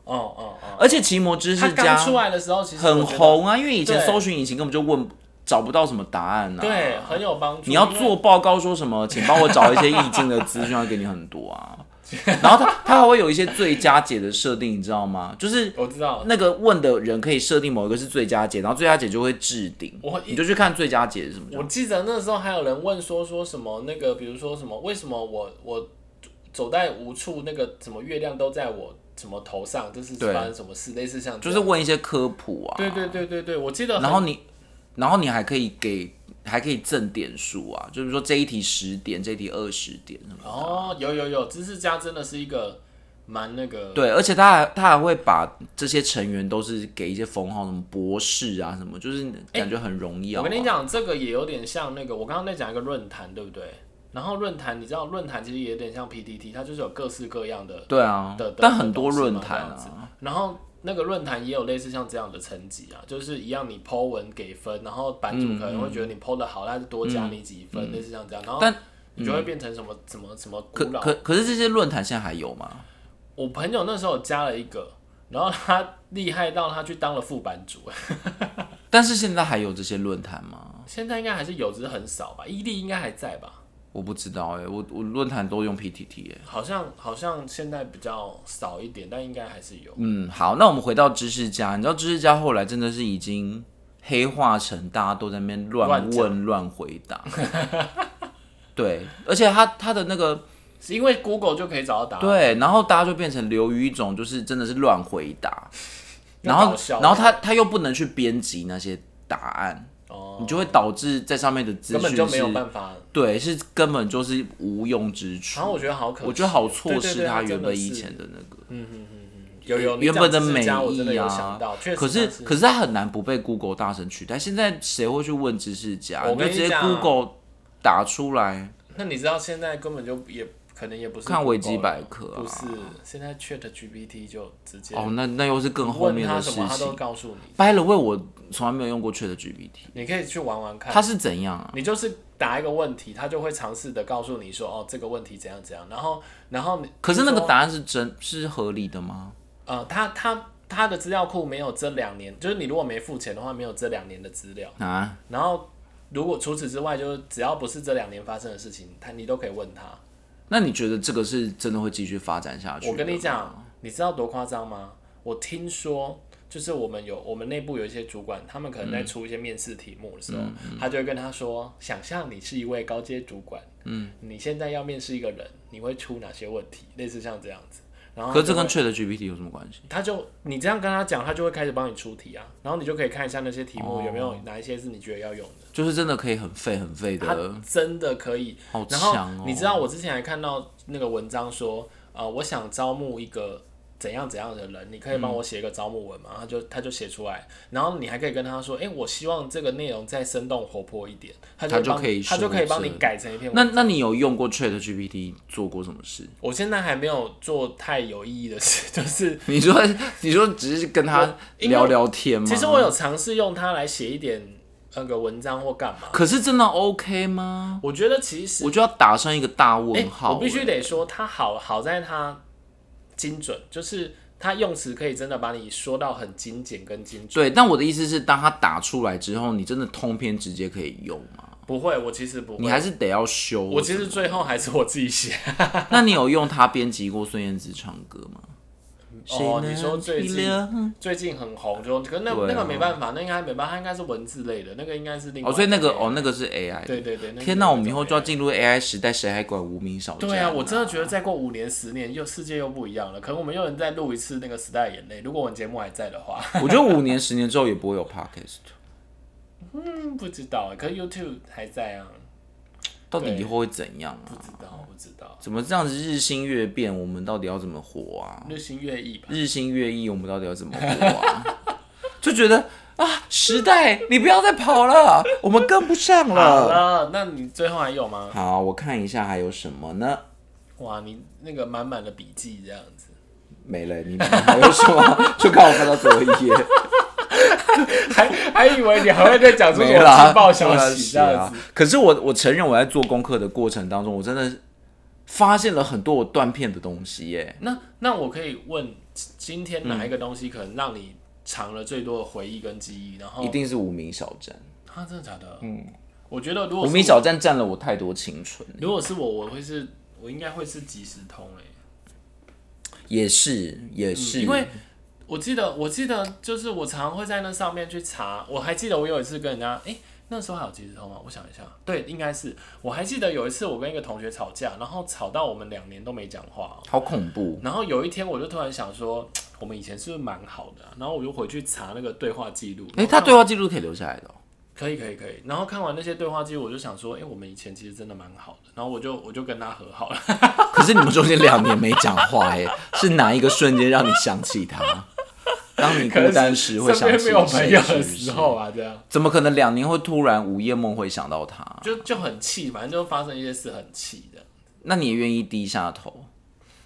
Speaker 2: 哦哦，
Speaker 1: 而且奇摩知
Speaker 2: 它
Speaker 1: 识
Speaker 2: 刚
Speaker 1: 家
Speaker 2: 出来的时候其实我
Speaker 1: 很
Speaker 2: 觉得，
Speaker 1: 红啊，因为以前
Speaker 2: 对
Speaker 1: 搜寻引擎根本就问找不到什么答案啊。
Speaker 2: 对，很有帮助。
Speaker 1: 你要
Speaker 2: 因为
Speaker 1: 做报告说什么？请帮我找一些意境的资讯，要给你很多啊。 然后他他还会有一些最佳解的设定，你知道吗？就是
Speaker 2: 我知道，
Speaker 1: 那个问的人可以设定某一个是最佳解，然后最佳解就会置顶
Speaker 2: 我，
Speaker 1: 你就去看最佳解是什么。
Speaker 2: 我记得那时候还有人问说说什么那个，比如说什么为什么我我走在无处，那个什么月亮都在我什么头上，这是
Speaker 1: 对
Speaker 2: 发生什么事？类似像这
Speaker 1: 就
Speaker 2: 样
Speaker 1: 是问一些科普啊，
Speaker 2: 对对对对对，我记得很
Speaker 1: 然后你，然后你还可以给，还可以赠点数啊，就是说这一题十点，这一题二十点什么。
Speaker 2: 哦有有有，知识家真的是一个蛮那个
Speaker 1: 对，而且他还他还会把这些成员都是给一些封号，什么博士啊什么，就是感觉很荣耀、啊
Speaker 2: 哎我跟你讲，这个也有点像那个，我刚刚在讲一个论坛，对不对？然后论坛，你知道论坛其实也有点像 PTT，它就是有各式各样的，
Speaker 1: 对啊
Speaker 2: 的的，
Speaker 1: 但很多
Speaker 2: 的东西
Speaker 1: 论
Speaker 2: 嘛
Speaker 1: 坛
Speaker 2: 这样子
Speaker 1: 啊，
Speaker 2: 然后那个论坛也有类似像这样的层级啊，就是一样你 Po 文给分，然后版
Speaker 1: 嗯
Speaker 2: 主可能会觉得你 Po 的好，他就多加你几分，类似像这样，然后
Speaker 1: 但嗯
Speaker 2: 你就会变成什么什么什么古
Speaker 1: 可
Speaker 2: 老。
Speaker 1: 可可是这些论坛现在还有吗？
Speaker 2: 我朋友那时候加了一个，然后他厉害到他去当了副版主，
Speaker 1: 但是现在还有这些论坛吗？
Speaker 2: 现在应该还是有，只是很少吧。伊利应该还在吧？
Speaker 1: 我不知道哎、我我论坛都用 PTT 哎、
Speaker 2: 好像好像现在比较少一点，但应该还是有。
Speaker 1: 嗯，好，那我们回到知识家，你知道知识家后来真的是已经黑化成大家都在那边乱
Speaker 2: 乱讲
Speaker 1: 问乱回答， 对，而且他他的那个
Speaker 2: 是因为 Google 就可以找到答案。，
Speaker 1: 对，然后大家就变成流于一种就是真的是乱回答，
Speaker 2: 要
Speaker 1: 然后
Speaker 2: 搞笑
Speaker 1: 然后他他又不能去编辑那些答案，
Speaker 2: 哦，
Speaker 1: 你就会导致在上面的资
Speaker 2: 根本就
Speaker 1: 讯
Speaker 2: 没有
Speaker 1: 是，
Speaker 2: 办法。
Speaker 1: 对，是根本就是无用之处
Speaker 2: 然。后我觉得好可惜，
Speaker 1: 我觉得好错
Speaker 2: 对对
Speaker 1: 失
Speaker 2: 对
Speaker 1: 他
Speaker 2: 真
Speaker 1: 原
Speaker 2: 的
Speaker 1: 本以
Speaker 2: 是
Speaker 1: 前的那个。
Speaker 2: 有有
Speaker 1: 原本
Speaker 2: 的
Speaker 1: 美
Speaker 2: 我真
Speaker 1: 意
Speaker 2: 有
Speaker 1: 啊
Speaker 2: 想到，确，实
Speaker 1: 可是
Speaker 2: 它
Speaker 1: 可是它很难不被 Google 大神取代。现在谁会去问知识家？
Speaker 2: 我
Speaker 1: 你就
Speaker 2: 跟你
Speaker 1: 直接
Speaker 2: 讲啊
Speaker 1: Google 打出来，
Speaker 2: 那你知道现在根本就也可能也不是
Speaker 1: 看
Speaker 2: Google
Speaker 1: 维基百科啊
Speaker 2: 了不是现在 Chat GPT 就直接
Speaker 1: 哦，那那又是更后
Speaker 2: 问
Speaker 1: 面
Speaker 2: 他
Speaker 1: 的
Speaker 2: 什
Speaker 1: 事
Speaker 2: 么他都
Speaker 1: 情。
Speaker 2: 告诉你，
Speaker 1: By the way，我从来没有用过 Chat GPT，
Speaker 2: 你可以去玩玩看。
Speaker 1: 它是怎样啊？
Speaker 2: 你就是打一个问题，他就会尝试的告诉你说，哦，这个问题怎样怎样，然后，然后你，
Speaker 1: 可是那
Speaker 2: 就
Speaker 1: 个
Speaker 2: 说
Speaker 1: 答案是真是合理的吗？
Speaker 2: 呃，他他他的资料库没有这两年，就是你如果没付钱的话，没有这两年的资料。
Speaker 1: 啊，
Speaker 2: 然后如果除此之外，就是只要不是这两年发生的事情，他你都可以问他。
Speaker 1: 那你觉得这个是真的会继续发展下去？
Speaker 2: 我跟你，讲，你知道多夸张吗？我听说。就是我们有我们内部有一些主管，他们可能在出一些面试题目的时候，
Speaker 1: 嗯
Speaker 2: 他就会跟他说：想象你是一位高阶主管，嗯，你现在要面试一个人，你会出哪些问题？类似像这样子。然后
Speaker 1: 可是
Speaker 2: 他
Speaker 1: 这
Speaker 2: 就会
Speaker 1: 跟 Chat GPT 有什么关系？
Speaker 2: 他就你这样跟他讲，他就会开始帮你出题啊，然后你就可以看一下那些题
Speaker 1: 哦
Speaker 2: 目有没有哪一些是你觉得要用的，
Speaker 1: 就是真的可以很废很废
Speaker 2: 他
Speaker 1: 的，
Speaker 2: 真的可以。
Speaker 1: 呃好
Speaker 2: 然
Speaker 1: 强
Speaker 2: 后
Speaker 1: 哦！
Speaker 2: 你知道我之前还看到那个文章说，呃，我想招募一个怎样怎样的人，你可以帮我写一个招募文吗？
Speaker 1: 嗯
Speaker 2: 他就他就写出来，然后你还可以跟他说，哎、我希望这个内容再生动活泼一点，他
Speaker 1: 他
Speaker 2: 就
Speaker 1: 就
Speaker 2: 帮
Speaker 1: 可以
Speaker 2: 他就
Speaker 1: 修
Speaker 2: 可以帮你
Speaker 1: 正
Speaker 2: 改成一篇文
Speaker 1: 那那你有用过 Chat GPT 做过什么事？
Speaker 2: 我现在还没有做太有意义的事， 就是
Speaker 1: 你说，你说只是跟他
Speaker 2: 因为
Speaker 1: 聊聊天吗？
Speaker 2: 其实我有尝试用它来写一点那个文章或干嘛。
Speaker 1: 可是真的 OK 吗？
Speaker 2: 我觉得其实
Speaker 1: 我就要打上一个大问
Speaker 2: 哎，
Speaker 1: 号、欸
Speaker 2: 我必须得说，它好好在它精准，就是它用词可以真的把你说到很精简跟精准。
Speaker 1: 对，但我的意思是，当它打出来之后，你真的通篇直接可以用吗？
Speaker 2: 不会，我其实不
Speaker 1: 你
Speaker 2: 会，
Speaker 1: 还是得要修。
Speaker 2: 我其实最后还是我自己写。
Speaker 1: 那你有用他编辑过孙燕姿唱歌吗？
Speaker 2: 哦，你说最
Speaker 1: 谁
Speaker 2: 近哦
Speaker 1: 能体谅
Speaker 2: 最近很红，就可是那、
Speaker 1: 对啊
Speaker 2: 那个没办法，那应该没办法，它应该是文字类的，那个应该是另外
Speaker 1: 哦，所以那个
Speaker 2: 一类
Speaker 1: 哦，那个是 AI 的。
Speaker 2: 对对对，那个
Speaker 1: 天哪，我们以后就要进入 AI 时代，谁还管无名小站、
Speaker 2: 对啊，我真的觉得再过五年、十年，又世界又不一样了。可能我们又能再录一次那个时代的眼泪，如果我们节目还在的话。
Speaker 1: 我觉得五年、十年之后也不会有 Podcast。
Speaker 2: 嗯，不知道欸，可是 YouTube 还在啊，
Speaker 1: 到底以后会怎样
Speaker 2: 不
Speaker 1: 啊？
Speaker 2: 知道，不知道，
Speaker 1: 怎么这样子日新月变？我们到底要怎么活啊？
Speaker 2: 日新月异吧。
Speaker 1: 日新月异，我们到底要怎么活啊？ 就觉得啊，时代，你不要再跑了，我们跟不上
Speaker 2: 好
Speaker 1: 了。
Speaker 2: 了，那你最后还有吗？
Speaker 1: 好，我看一下还有什么呢？
Speaker 2: 哇，你那个满满的笔记这样子，
Speaker 1: 没了，你们 还有什么？就看我翻到最后 一页，
Speaker 2: 还还以为你还会再讲出什
Speaker 1: 没
Speaker 2: 么
Speaker 1: 了啊。
Speaker 2: 劲爆消
Speaker 1: 对啊
Speaker 2: 息
Speaker 1: 是
Speaker 2: 这样
Speaker 1: 啊
Speaker 2: 子。。
Speaker 1: 可是我我承认，我在做功课的过程当中，我真的发现了很多我断片的东西耶。
Speaker 2: 那那我可以问，今天哪一个东西可能让你藏了最多的回忆跟记忆？然后
Speaker 1: 一，定是无名小站，
Speaker 2: 啊，真的假的？嗯，我觉得如果
Speaker 1: 无
Speaker 2: 是
Speaker 1: 名小站占了我太多青春。
Speaker 2: 如果是我，我会是，我应该会是即时通欸诶、
Speaker 1: 也是，也是，
Speaker 2: 嗯因为我记得，我记得就是我常常会在那上面去查。我还记得我有一次跟人家，哎、那时候还有即时通吗？我想一下，对，应该是。我还记得有一次我跟一个同学吵架，然后吵到我们两年都没讲话哦。
Speaker 1: 好恐怖。
Speaker 2: 然后有一天我就突然想说，我们以前是不是蛮好的啊、然后我就回去查那个对话记录。
Speaker 1: 哎、
Speaker 2: 然后
Speaker 1: 他
Speaker 2: 看
Speaker 1: 对话记录可以留下来的、哦。
Speaker 2: 可以可以可以。然后看完那些对话记录，我就想说，哎、我们以前其实真的蛮好的。然后我就我就跟他和好 了。
Speaker 1: 可是你们中间两年没讲话、哎， 是哪一个瞬间让你想起他？ 当你孤单时会
Speaker 2: 身
Speaker 1: 想
Speaker 2: 边
Speaker 1: 起
Speaker 2: 没有朋
Speaker 1: 谁
Speaker 2: 友
Speaker 1: 是
Speaker 2: 的
Speaker 1: 不是
Speaker 2: 时候啊，这样。
Speaker 1: 怎么可能两年会突然午夜梦会想到他？
Speaker 2: 就就很气，反正就发生一些事很气的，
Speaker 1: 那你也愿意低下头？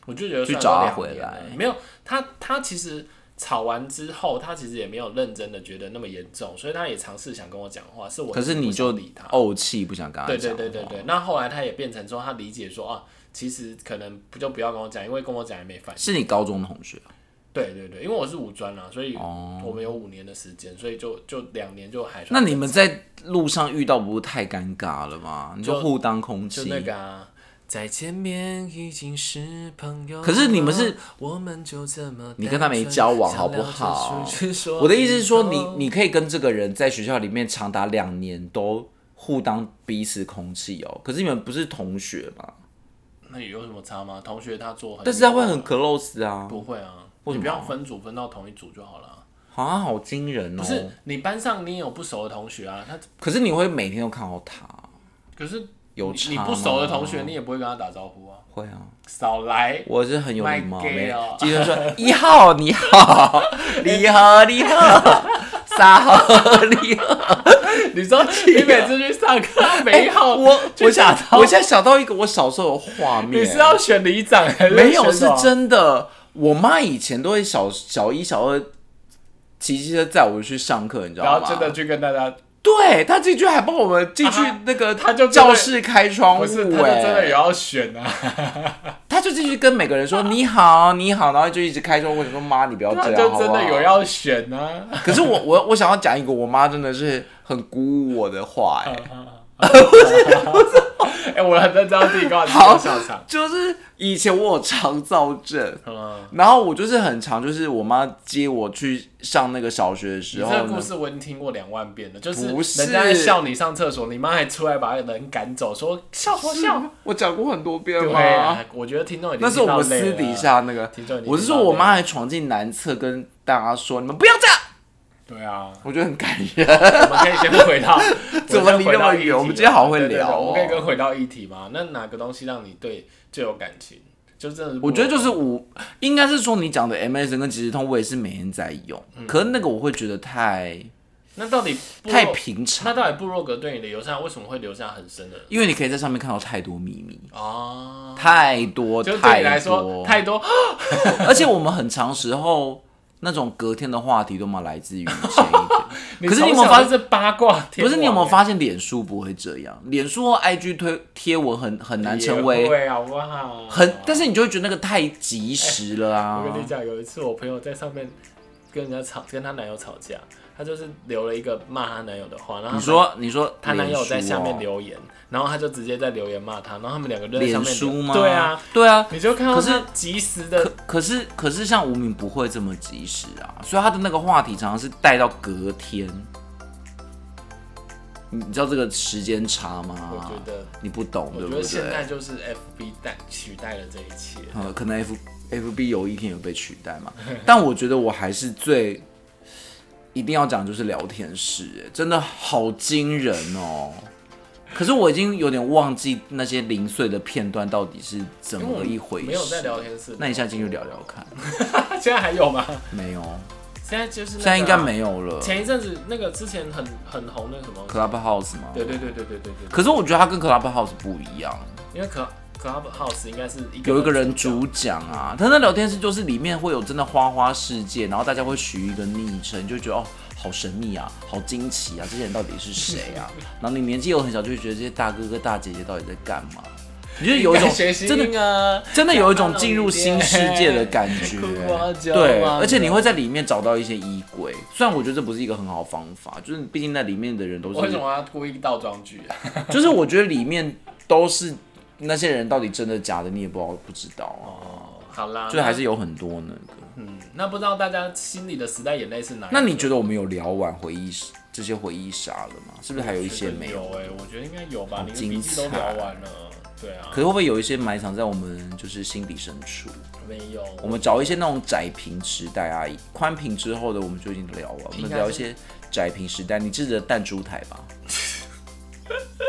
Speaker 2: 我就觉得
Speaker 1: 去
Speaker 2: 算
Speaker 1: 找他
Speaker 2: 两
Speaker 1: 回
Speaker 2: 年了
Speaker 1: 来
Speaker 2: 没有他，他其实吵完之后，他其实也没有认真的觉得那么严重，所以他也尝试想跟我讲话，是我
Speaker 1: 可是你就
Speaker 2: 不想理他，
Speaker 1: 怄气，不想跟他
Speaker 2: 对
Speaker 1: 讲。
Speaker 2: 对对对。对。那后来他也变成说，他理解说啊，其实可能不就不要跟我讲，因为跟我讲也没反应。
Speaker 1: 是你高中同学，
Speaker 2: 对对对，因为我是五专啦，所以我们有五年的时间，所以就就两年就还算。
Speaker 1: 哦那你们在路上遇到不是太尴尬了吗？你就
Speaker 2: 就
Speaker 1: 互当空气
Speaker 2: 就。那个啊。再见面已经是朋友了，
Speaker 1: 可是你们是
Speaker 2: 我们就这么
Speaker 1: 你跟他没交往好不好？我的意思是说，你你可以跟这个人在学校里面长达两年都互当彼此空气哦。可是你们不是同学嘛？
Speaker 2: 那有什么差吗？同学他做很，
Speaker 1: 但是他会很 close 啊，
Speaker 2: 不会啊，
Speaker 1: 为什么
Speaker 2: 你不要分组分到同一组就好了啊。
Speaker 1: 好像好惊人哦
Speaker 2: 不。是你班上你也有不熟的同学啊，他
Speaker 1: 可是你会每天都看到他，
Speaker 2: 可是
Speaker 1: 有
Speaker 2: 你
Speaker 1: 差
Speaker 2: 你不熟的
Speaker 1: 吗
Speaker 2: 同学你也不会跟他打招呼啊，
Speaker 1: 会啊。
Speaker 2: 少来。
Speaker 1: 我是很有礼貌，
Speaker 2: My gay
Speaker 1: 没
Speaker 2: 哦
Speaker 1: 今天说一号你 好，你好你好，三号你好，
Speaker 2: 你说你每次去上课没好，
Speaker 1: 啊哎我
Speaker 2: 去
Speaker 1: 我
Speaker 2: 打
Speaker 1: 想
Speaker 2: 招
Speaker 1: 我
Speaker 2: 呼，
Speaker 1: 现在想到一个我小时候的画面，
Speaker 2: 你是要选里长还是
Speaker 1: 没有
Speaker 2: 选
Speaker 1: 是
Speaker 2: 什么
Speaker 1: 真的，我妈以前都会小小一小二骑机车载我去上课，你知
Speaker 2: 然
Speaker 1: 道
Speaker 2: 后
Speaker 1: 吗？
Speaker 2: 真的去跟大家
Speaker 1: 对她进去还帮我们进去
Speaker 2: 啊
Speaker 1: 那个，
Speaker 2: 她就真的
Speaker 1: 教室开窗户、
Speaker 2: 不
Speaker 1: 欸，
Speaker 2: 是，他就真的有要选啊，
Speaker 1: 她就进去跟每个人说你好你好，然后就一直开窗户，我想说妈你不要
Speaker 2: 他
Speaker 1: 这
Speaker 2: 就
Speaker 1: 样，
Speaker 2: 真的
Speaker 1: 啊好不好
Speaker 2: 有要选啊。
Speaker 1: 可是我我我想要讲一个我妈真的是很鼓舞我的话、哎，
Speaker 2: 嗯哎，我很认真要自己告诉
Speaker 1: 好
Speaker 2: 你笑场。
Speaker 1: 就是以前我有肠燥症，
Speaker 2: 嗯，
Speaker 1: 然后我就是很常就是我妈接我去上那个小学的
Speaker 2: 你
Speaker 1: 时
Speaker 2: 这
Speaker 1: 候
Speaker 2: 个
Speaker 1: 呢，
Speaker 2: 故事我已经听过两万遍了，就是
Speaker 1: 不是
Speaker 2: 人家在笑你上厕所，你妈还出来把人赶走，说笑什么笑？
Speaker 1: 我讲过很多遍
Speaker 2: 对
Speaker 1: 吗？
Speaker 2: 啊，我觉得听众已经
Speaker 1: 那是我们
Speaker 2: 听到累
Speaker 1: 私
Speaker 2: 了啊
Speaker 1: 底，下那个
Speaker 2: 听众已，经
Speaker 1: 我是说我妈还闯进男厕跟大家说你们不要这样，
Speaker 2: 对啊，
Speaker 1: 我觉得很感 人。
Speaker 2: 我们可以先回到
Speaker 1: 怎么离那么远
Speaker 2: 我们先回到议题
Speaker 1: 我们今天
Speaker 2: 啊
Speaker 1: 好会聊哦
Speaker 2: 对对对我们可以跟回到议题吗？那哪个东西让你对最有感情？就真的不，
Speaker 1: 我觉得就是我应该是说你讲的 MSN 跟即时通，我也是每天在用，可是那个我会觉得太
Speaker 2: 那到底部落
Speaker 1: 太平常，
Speaker 2: 那到底部落格对你的留下为什么会留下很深的
Speaker 1: 因为你可以在上面看到太多秘密。
Speaker 2: 啊？
Speaker 1: 太多，
Speaker 2: 就对你来
Speaker 1: 太
Speaker 2: 说
Speaker 1: 多，
Speaker 2: 太多，
Speaker 1: 而且我们很长时候那种隔天的话题都嘛来自于前一 天。可是你
Speaker 2: 从
Speaker 1: 有没有
Speaker 2: 小
Speaker 1: 发
Speaker 2: 就是八卦天
Speaker 1: 不
Speaker 2: 王？
Speaker 1: 是你有没有发现脸书不会这样？脸书或 IG 推贴文很很难成
Speaker 2: 也
Speaker 1: 为
Speaker 2: 会好不好？
Speaker 1: 很，但是你就会觉得那个太及时了啊
Speaker 2: 我。跟你讲，有一次我朋友在上面跟人家吵，跟她男友吵架，她就是留了一个骂她男友的话，然后
Speaker 1: 你说你说
Speaker 2: 她男友在下面
Speaker 1: 脸书啊
Speaker 2: 留言，然后她就直接在留言骂她，然后他们两个就
Speaker 1: 哦
Speaker 2: 在上
Speaker 1: 脸
Speaker 2: 面
Speaker 1: 书
Speaker 2: 留
Speaker 1: 吗？
Speaker 2: 对啊，，
Speaker 1: 对啊。
Speaker 2: 你就看到
Speaker 1: 可是
Speaker 2: 她及时
Speaker 1: 可
Speaker 2: 的，
Speaker 1: 可是可是像吴敏不会这么及时啊，所以他的那个话题常常是带到隔天。你你知道这个时间差吗？
Speaker 2: 我觉得。
Speaker 1: 你不懂，
Speaker 2: 我
Speaker 1: 对
Speaker 2: 觉
Speaker 1: 不
Speaker 2: 得现在
Speaker 1: 对？
Speaker 2: 就是 FB 代取代了这一切，
Speaker 1: 呃，可能 F F B 有一天有被取代嘛，但我觉得我还是最一定要讲就是聊天室、哎真的好惊人哦。可是我已经有点忘记那些零碎的片段到底是怎
Speaker 2: 因为我
Speaker 1: 么
Speaker 2: 们
Speaker 1: 一回事。
Speaker 2: 没有在聊天室，
Speaker 1: 那你现在进去聊聊看，
Speaker 2: 现在还有吗？
Speaker 1: 没有，
Speaker 2: 现在就是
Speaker 1: 现
Speaker 2: 那个啊
Speaker 1: 在应该。没有了。
Speaker 2: 前一阵子那个之前很很红的什么，
Speaker 1: Clubhouse 吗？
Speaker 2: 对对对对对对对，
Speaker 1: 可是我觉得它跟 Clubhouse 不一样，
Speaker 2: 因为 Club Clubhouse 应该是一个
Speaker 1: 有一个人主讲啊，他那聊天室就是里面会有真的花花世界，然后大家会取一个昵称，就觉得哦好神秘啊，好惊奇啊，这些人到底是谁 啊？然后你年纪又很小，就会觉得这些大哥哥大姐姐到底在干 嘛？你就有一种
Speaker 2: 学习啊
Speaker 1: 真的
Speaker 2: 的
Speaker 1: 真的有一种进入新世界的感觉
Speaker 2: 哭啊，叫啊
Speaker 1: 对，
Speaker 2: 的
Speaker 1: 而且你会在里面找到一些衣柜，虽然我觉得这不是一个很好的方法，就是毕竟那里面的人都是
Speaker 2: 我为什么要故意倒装句 啊？
Speaker 1: 就是我觉得里面都是那些人到底真的假的，你也不知道不知道啊，
Speaker 2: 哦，好啦，
Speaker 1: 就还是有很多那个。
Speaker 2: 嗯那不知道大家心里的时代眼泪是哪一个？
Speaker 1: 那你觉得我们有聊完回忆杀这些回忆杀了吗？是不是还有一些没
Speaker 2: 有
Speaker 1: 有？？
Speaker 2: 哎，我觉得应该有吧，
Speaker 1: 好
Speaker 2: 你的笔记都
Speaker 1: 精彩
Speaker 2: 聊完了，对啊
Speaker 1: 可，是会不会有一些埋藏在我们就是心底深处？
Speaker 2: 没有，
Speaker 1: 我们找一些那种窄屏时代啊，宽屏之后的我们就已经聊完，我们聊一些窄屏时代。你记得弹珠台吧？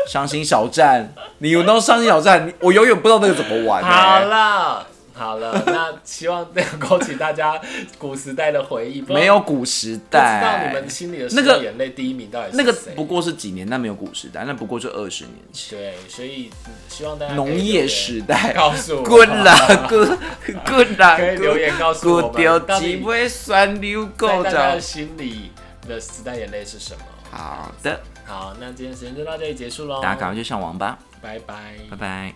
Speaker 1: 伤心小站， 你有那种伤心小站，你我永远不知道那个怎么玩、欸。
Speaker 2: 好了。好了， 那希望能勾起大家古时代的回忆。不知道
Speaker 1: 没有古时
Speaker 2: 不
Speaker 1: 代，
Speaker 2: 知道你们心里的时
Speaker 1: 那
Speaker 2: 代
Speaker 1: 个
Speaker 2: 眼泪第一名到底是
Speaker 1: 那个
Speaker 2: 谁
Speaker 1: 不过是几年，那没有股时代，那不过是二十年前
Speaker 2: 对，所以嗯希望大家可以
Speaker 1: 农业时
Speaker 2: 留言
Speaker 1: 代。
Speaker 2: 告诉我
Speaker 1: 滚 啦，滚滚啦，
Speaker 2: 可以留言告诉我
Speaker 1: 滚
Speaker 2: 们
Speaker 1: 掉
Speaker 2: 到
Speaker 1: 几
Speaker 2: 底
Speaker 1: 杯酸溜
Speaker 2: 在
Speaker 1: 狗
Speaker 2: 大家
Speaker 1: 掌
Speaker 2: 的。心里的时代眼泪是什么？
Speaker 1: 好的，
Speaker 2: 好，那今天时间就到这里结束喽，
Speaker 1: 大家赶快去上网吧，
Speaker 2: 拜拜
Speaker 1: 拜拜。